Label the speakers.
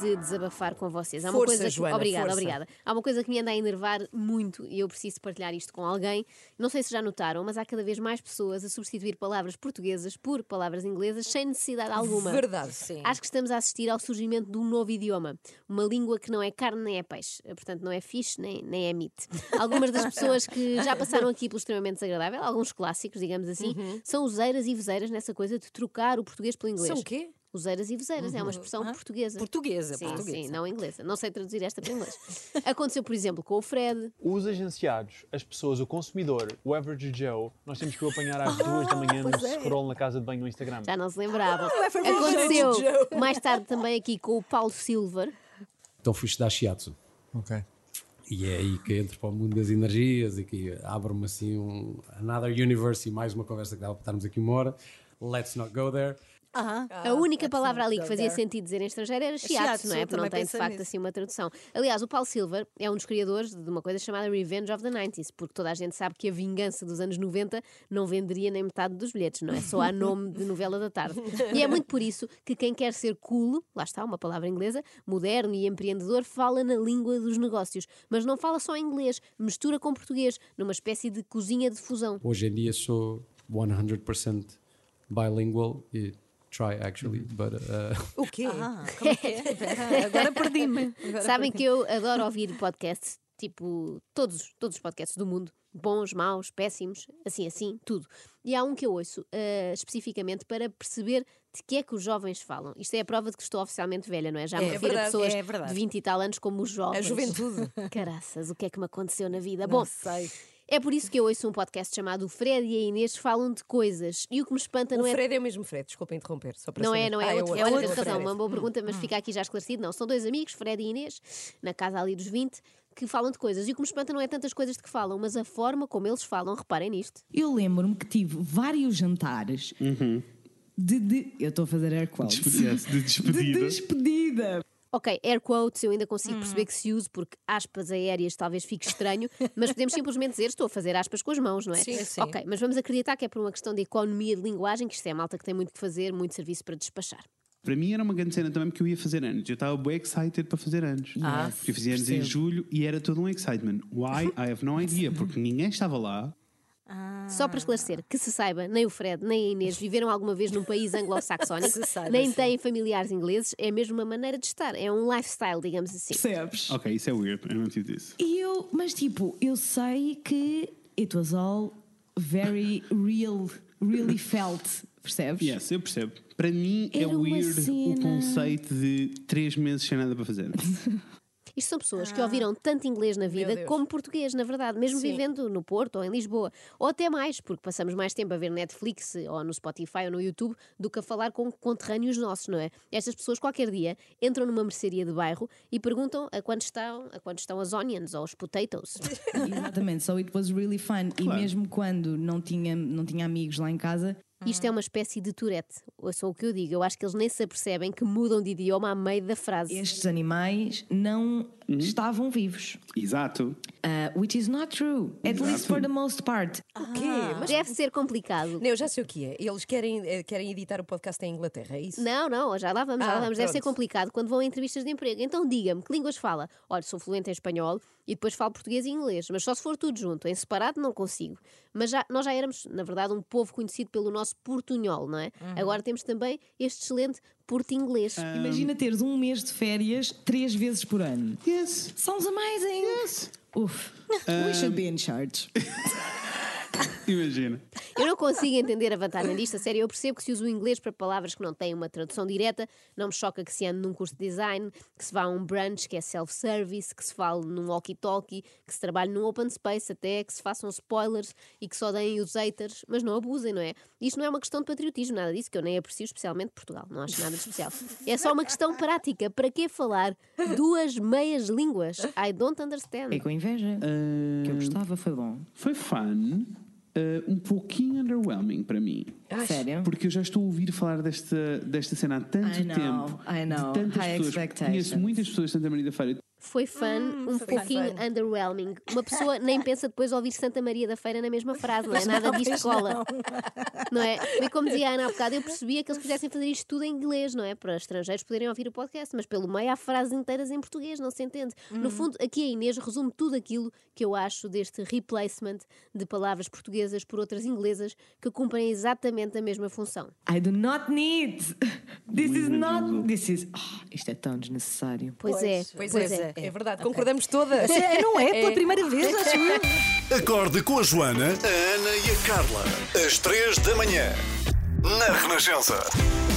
Speaker 1: de desabafar com vocês. Há uma
Speaker 2: Força,
Speaker 1: coisa que...
Speaker 2: Joana,
Speaker 1: obrigada,
Speaker 2: força.
Speaker 1: obrigada. Há uma coisa que me anda a enervar muito e eu preciso partilhar isto com alguém. Não sei se já notaram, mas há cada vez mais pessoas a substituir palavras portuguesas por palavras inglesas sem necessidade alguma.
Speaker 2: Verdade, sim.
Speaker 1: Acho que estamos a assistir ao surgimento de um novo idioma, uma língua que não é carne nem é peixe, portanto não é fish nem, nem é meat. Algumas das pessoas que já passaram aqui pelo extremamente desagradável, alguns clássicos, digamos assim, são useiras e veseiras nessa coisa de trocar o português pelo inglês.
Speaker 2: Uhum. São o quê?
Speaker 1: Useiras e veseiras, é uma expressão
Speaker 2: Ah,
Speaker 1: portuguesa.
Speaker 2: Portuguesa,
Speaker 1: Sim,
Speaker 2: portuguesa.
Speaker 1: sim, não inglesa. Não sei traduzir esta para inglês. Aconteceu, por exemplo, com o Fred,
Speaker 3: Os agenciados, as pessoas, o consumidor, o average Joe, nós temos que o apanhar às duas da manhã no
Speaker 2: Ah, pois é.
Speaker 3: scroll na casa de banho no Instagram.
Speaker 1: já não se lembrava.
Speaker 2: foi bom,
Speaker 1: Aconteceu
Speaker 2: é gente, Joe.
Speaker 1: mais tarde também aqui com o Paulo Silver.
Speaker 4: Então fui estudar Shiatsu.
Speaker 5: Ok.
Speaker 4: E é aí que entro para o mundo das energias e que abre-me assim um another universe e mais uma conversa que dava para estarmos aqui uma hora. Let's not go there.
Speaker 2: Ah,
Speaker 1: A única
Speaker 2: that's
Speaker 1: palavra
Speaker 2: not
Speaker 1: ali que
Speaker 2: so
Speaker 1: fazia
Speaker 2: there.
Speaker 1: sentido dizer em estrangeiro era chiatos,
Speaker 2: Shiatsu,
Speaker 1: não é? Porque não
Speaker 2: também
Speaker 1: tem de
Speaker 2: pensei
Speaker 1: facto
Speaker 2: nisso.
Speaker 1: assim uma tradução. Aliás, o Paul Silver é um dos criadores de uma coisa chamada Revenge of the 90s, porque toda a gente sabe que a vingança dos anos 90 não venderia nem metade dos bilhetes, não é? Só há nome de novela da tarde. E é muito por isso que quem quer ser cool, lá está uma palavra inglesa, moderno e empreendedor, fala na língua dos negócios, mas não fala só em inglês, mistura com português, numa espécie de cozinha de fusão.
Speaker 4: Hoje em dia sou 100% bilingual e try actually, but uh,
Speaker 2: O quê?
Speaker 1: Ah,
Speaker 2: Como é que é? Agora perdi-me. Agora
Speaker 1: Sabem
Speaker 2: perdi-me.
Speaker 1: que eu adoro ouvir podcasts, tipo, todos, todos os podcasts do mundo. Bons, maus, péssimos, assim, assim, tudo. E há um que eu ouço eh, especificamente para perceber de que é que os jovens falam. Isto é a prova de que estou oficialmente velha, não é? Já me
Speaker 2: É
Speaker 1: refiro a
Speaker 2: verdade,
Speaker 1: pessoas
Speaker 2: é verdade.
Speaker 1: de 20 e tal anos como os jovens.
Speaker 2: A juventude.
Speaker 1: Caraças, o que é que me aconteceu na vida?
Speaker 2: Não
Speaker 1: Bom,
Speaker 2: sei.
Speaker 1: é por isso que eu ouço um podcast chamado O Fred e a Inês falam de coisas. E o que me espanta
Speaker 2: O
Speaker 1: não é
Speaker 2: Fred é o mesmo Fred, desculpa interromper. Só para
Speaker 1: não
Speaker 2: saber.
Speaker 1: é, não é,
Speaker 2: Ah,
Speaker 1: outro. Olha, tens
Speaker 2: outro
Speaker 1: razão,
Speaker 2: Fred.
Speaker 1: uma boa pergunta,
Speaker 2: Hum.
Speaker 1: mas fica aqui já esclarecido. Não, são dois amigos, Fred e Inês, na casa ali dos 20, que falam de coisas. E o que me espanta não é tantas coisas de que falam, mas a forma como eles falam, reparem nisto.
Speaker 6: Eu lembro-me que tive vários jantares
Speaker 7: Uhum.
Speaker 6: de, de- Eu estou a fazer air quotes.
Speaker 7: Despedida-se, de
Speaker 6: De
Speaker 7: despedida.
Speaker 6: despedida.
Speaker 1: Ok, air quotes eu ainda
Speaker 2: Hum.
Speaker 1: consigo perceber que se usa, porque aspas aéreas talvez fique estranho, mas podemos simplesmente dizer estou a fazer aspas com as mãos, não é?
Speaker 2: Sim, sim.
Speaker 1: Ok, mas vamos acreditar que é por uma questão de economia de linguagem, que isto é malta que tem muito que fazer, muito serviço para despachar.
Speaker 7: Para mim era uma grande cena também porque eu ia fazer anos. Eu estava bem excited para fazer anos.
Speaker 2: Ah,
Speaker 7: porque eu fazia anos em
Speaker 2: percebo.
Speaker 7: julho e era todo um excitement. Why? I have no idea. Porque ninguém estava lá.
Speaker 1: Só para esclarecer, que se saiba, nem o Fred nem a Inês viveram alguma vez num país anglo-saxónico,
Speaker 2: Que se saiba,
Speaker 1: nem
Speaker 2: sim.
Speaker 1: têm familiares ingleses, é mesmo uma maneira de estar, é um lifestyle, digamos assim.
Speaker 6: Percebes?
Speaker 7: Ok, isso é weird. Eu não tive disso.
Speaker 6: E eu, mas tipo, eu sei que it was all very real, really felt. Percebes?
Speaker 7: Yes, eu percebo. Para mim é
Speaker 6: Era uma
Speaker 7: weird o
Speaker 6: cena.
Speaker 7: conceito de três meses sem nada para fazer.
Speaker 1: Isto são pessoas que ouviram tanto inglês na vida
Speaker 2: Ah. Deus.
Speaker 1: como português, na verdade, mesmo vivendo no Porto ou em Lisboa, ou até mais, porque passamos mais tempo a ver Netflix ou no Spotify ou no YouTube do que a falar com conterrâneos nossos, não é? Estas pessoas qualquer dia entram numa mercearia de bairro e perguntam a quanto estão, a quanto estão as onions ou os potatoes.
Speaker 6: Exatamente. So it was really fun.
Speaker 7: Claro.
Speaker 6: E mesmo quando não tinha, não tinha amigos lá em casa,
Speaker 1: Isto
Speaker 2: Hum.
Speaker 1: é uma espécie de Tourette, ou só o que eu digo. Eu acho que eles nem se apercebem que mudam de idioma a meio da frase.
Speaker 6: estes animais não
Speaker 7: Uhum.
Speaker 6: estavam vivos.
Speaker 7: Exato.
Speaker 6: Uh, which is not true. At least for the most part.
Speaker 2: O quê? Mas
Speaker 1: Deve ser complicado.
Speaker 2: Não, eu já sei o que é. Eles querem, eh, querem editar o podcast em Inglaterra, é isso?
Speaker 1: Não, não, já lá vamos, já lá
Speaker 2: Ah,
Speaker 1: vamos. Deve ser
Speaker 2: pronto.
Speaker 1: complicado quando vão a entrevistas de emprego. Então diga-me, que línguas fala? Olha, sou fluente em espanhol e depois falo português e inglês, mas só se for tudo junto. Em separado não consigo. Mas já, nós já éramos, na verdade, um povo conhecido pelo nosso portunhol, não é?
Speaker 2: Uhum.
Speaker 1: Agora temos também este excelente porto inglês.
Speaker 6: Imagina teres um mês de férias três vezes por ano.
Speaker 7: Yes.
Speaker 6: Sounds amazing! Yes! Uf, we should be in charge.
Speaker 7: Imagina.
Speaker 1: Eu não consigo entender a vantagem disto, a sério. Eu percebo que se usa o inglês para palavras que não têm uma tradução direta, não me choca que se ande num curso de design, que se vá a um brunch que é self-service, que se fale num walkie-talkie, que se trabalhe num open space até, que se façam spoilers e que só deem os haters, mas não abusem, não é? Isto não é uma questão de patriotismo, nada disso, que eu nem aprecio especialmente Portugal, não acho nada de especial. É só uma questão prática. Para que falar duas meias línguas? I don't understand.
Speaker 6: É com inveja. Que eu gostava, foi bom.
Speaker 7: Ah, Foi fun. eh, um pouquinho underwhelming para mim.
Speaker 2: Ai,
Speaker 6: Sério?
Speaker 7: Porque eu já estou a ouvir falar desta, desta cena há tanto
Speaker 6: I know,
Speaker 7: tempo.
Speaker 6: I know.
Speaker 7: De tantas
Speaker 6: High
Speaker 7: pessoas.
Speaker 6: expectations.
Speaker 7: Conheço muitas pessoas de Santa Maria da Feira.
Speaker 1: foi fun, um
Speaker 2: Hum, foi
Speaker 1: pouquinho
Speaker 2: fun.
Speaker 1: underwhelming. Uma pessoa nem pensa depois ouvir Santa Maria da Feira na mesma frase, não é? Nada disto cola. Não é? Foi como dizia a Ana há bocado, eu percebia que eles quisessem fazer isto tudo em inglês, não é? Para estrangeiros poderem ouvir o podcast, mas pelo meio há frases inteiras em português, não se entende.
Speaker 2: Hum.
Speaker 1: No fundo, aqui a Inês resume tudo aquilo que eu acho deste replacement de palavras portuguesas por outras inglesas que cumprem exatamente a mesma função.
Speaker 6: I do not need. This is not. This is. Ah, isto é tão desnecessário.
Speaker 1: Pois, é,
Speaker 2: Pois, é, é, verdade, concordamos todas.
Speaker 6: Não é? Pela primeira vez, acho eu.
Speaker 5: Acorde com a Joana, a Ana e a Carla. Às três da manhã. Na Renascença.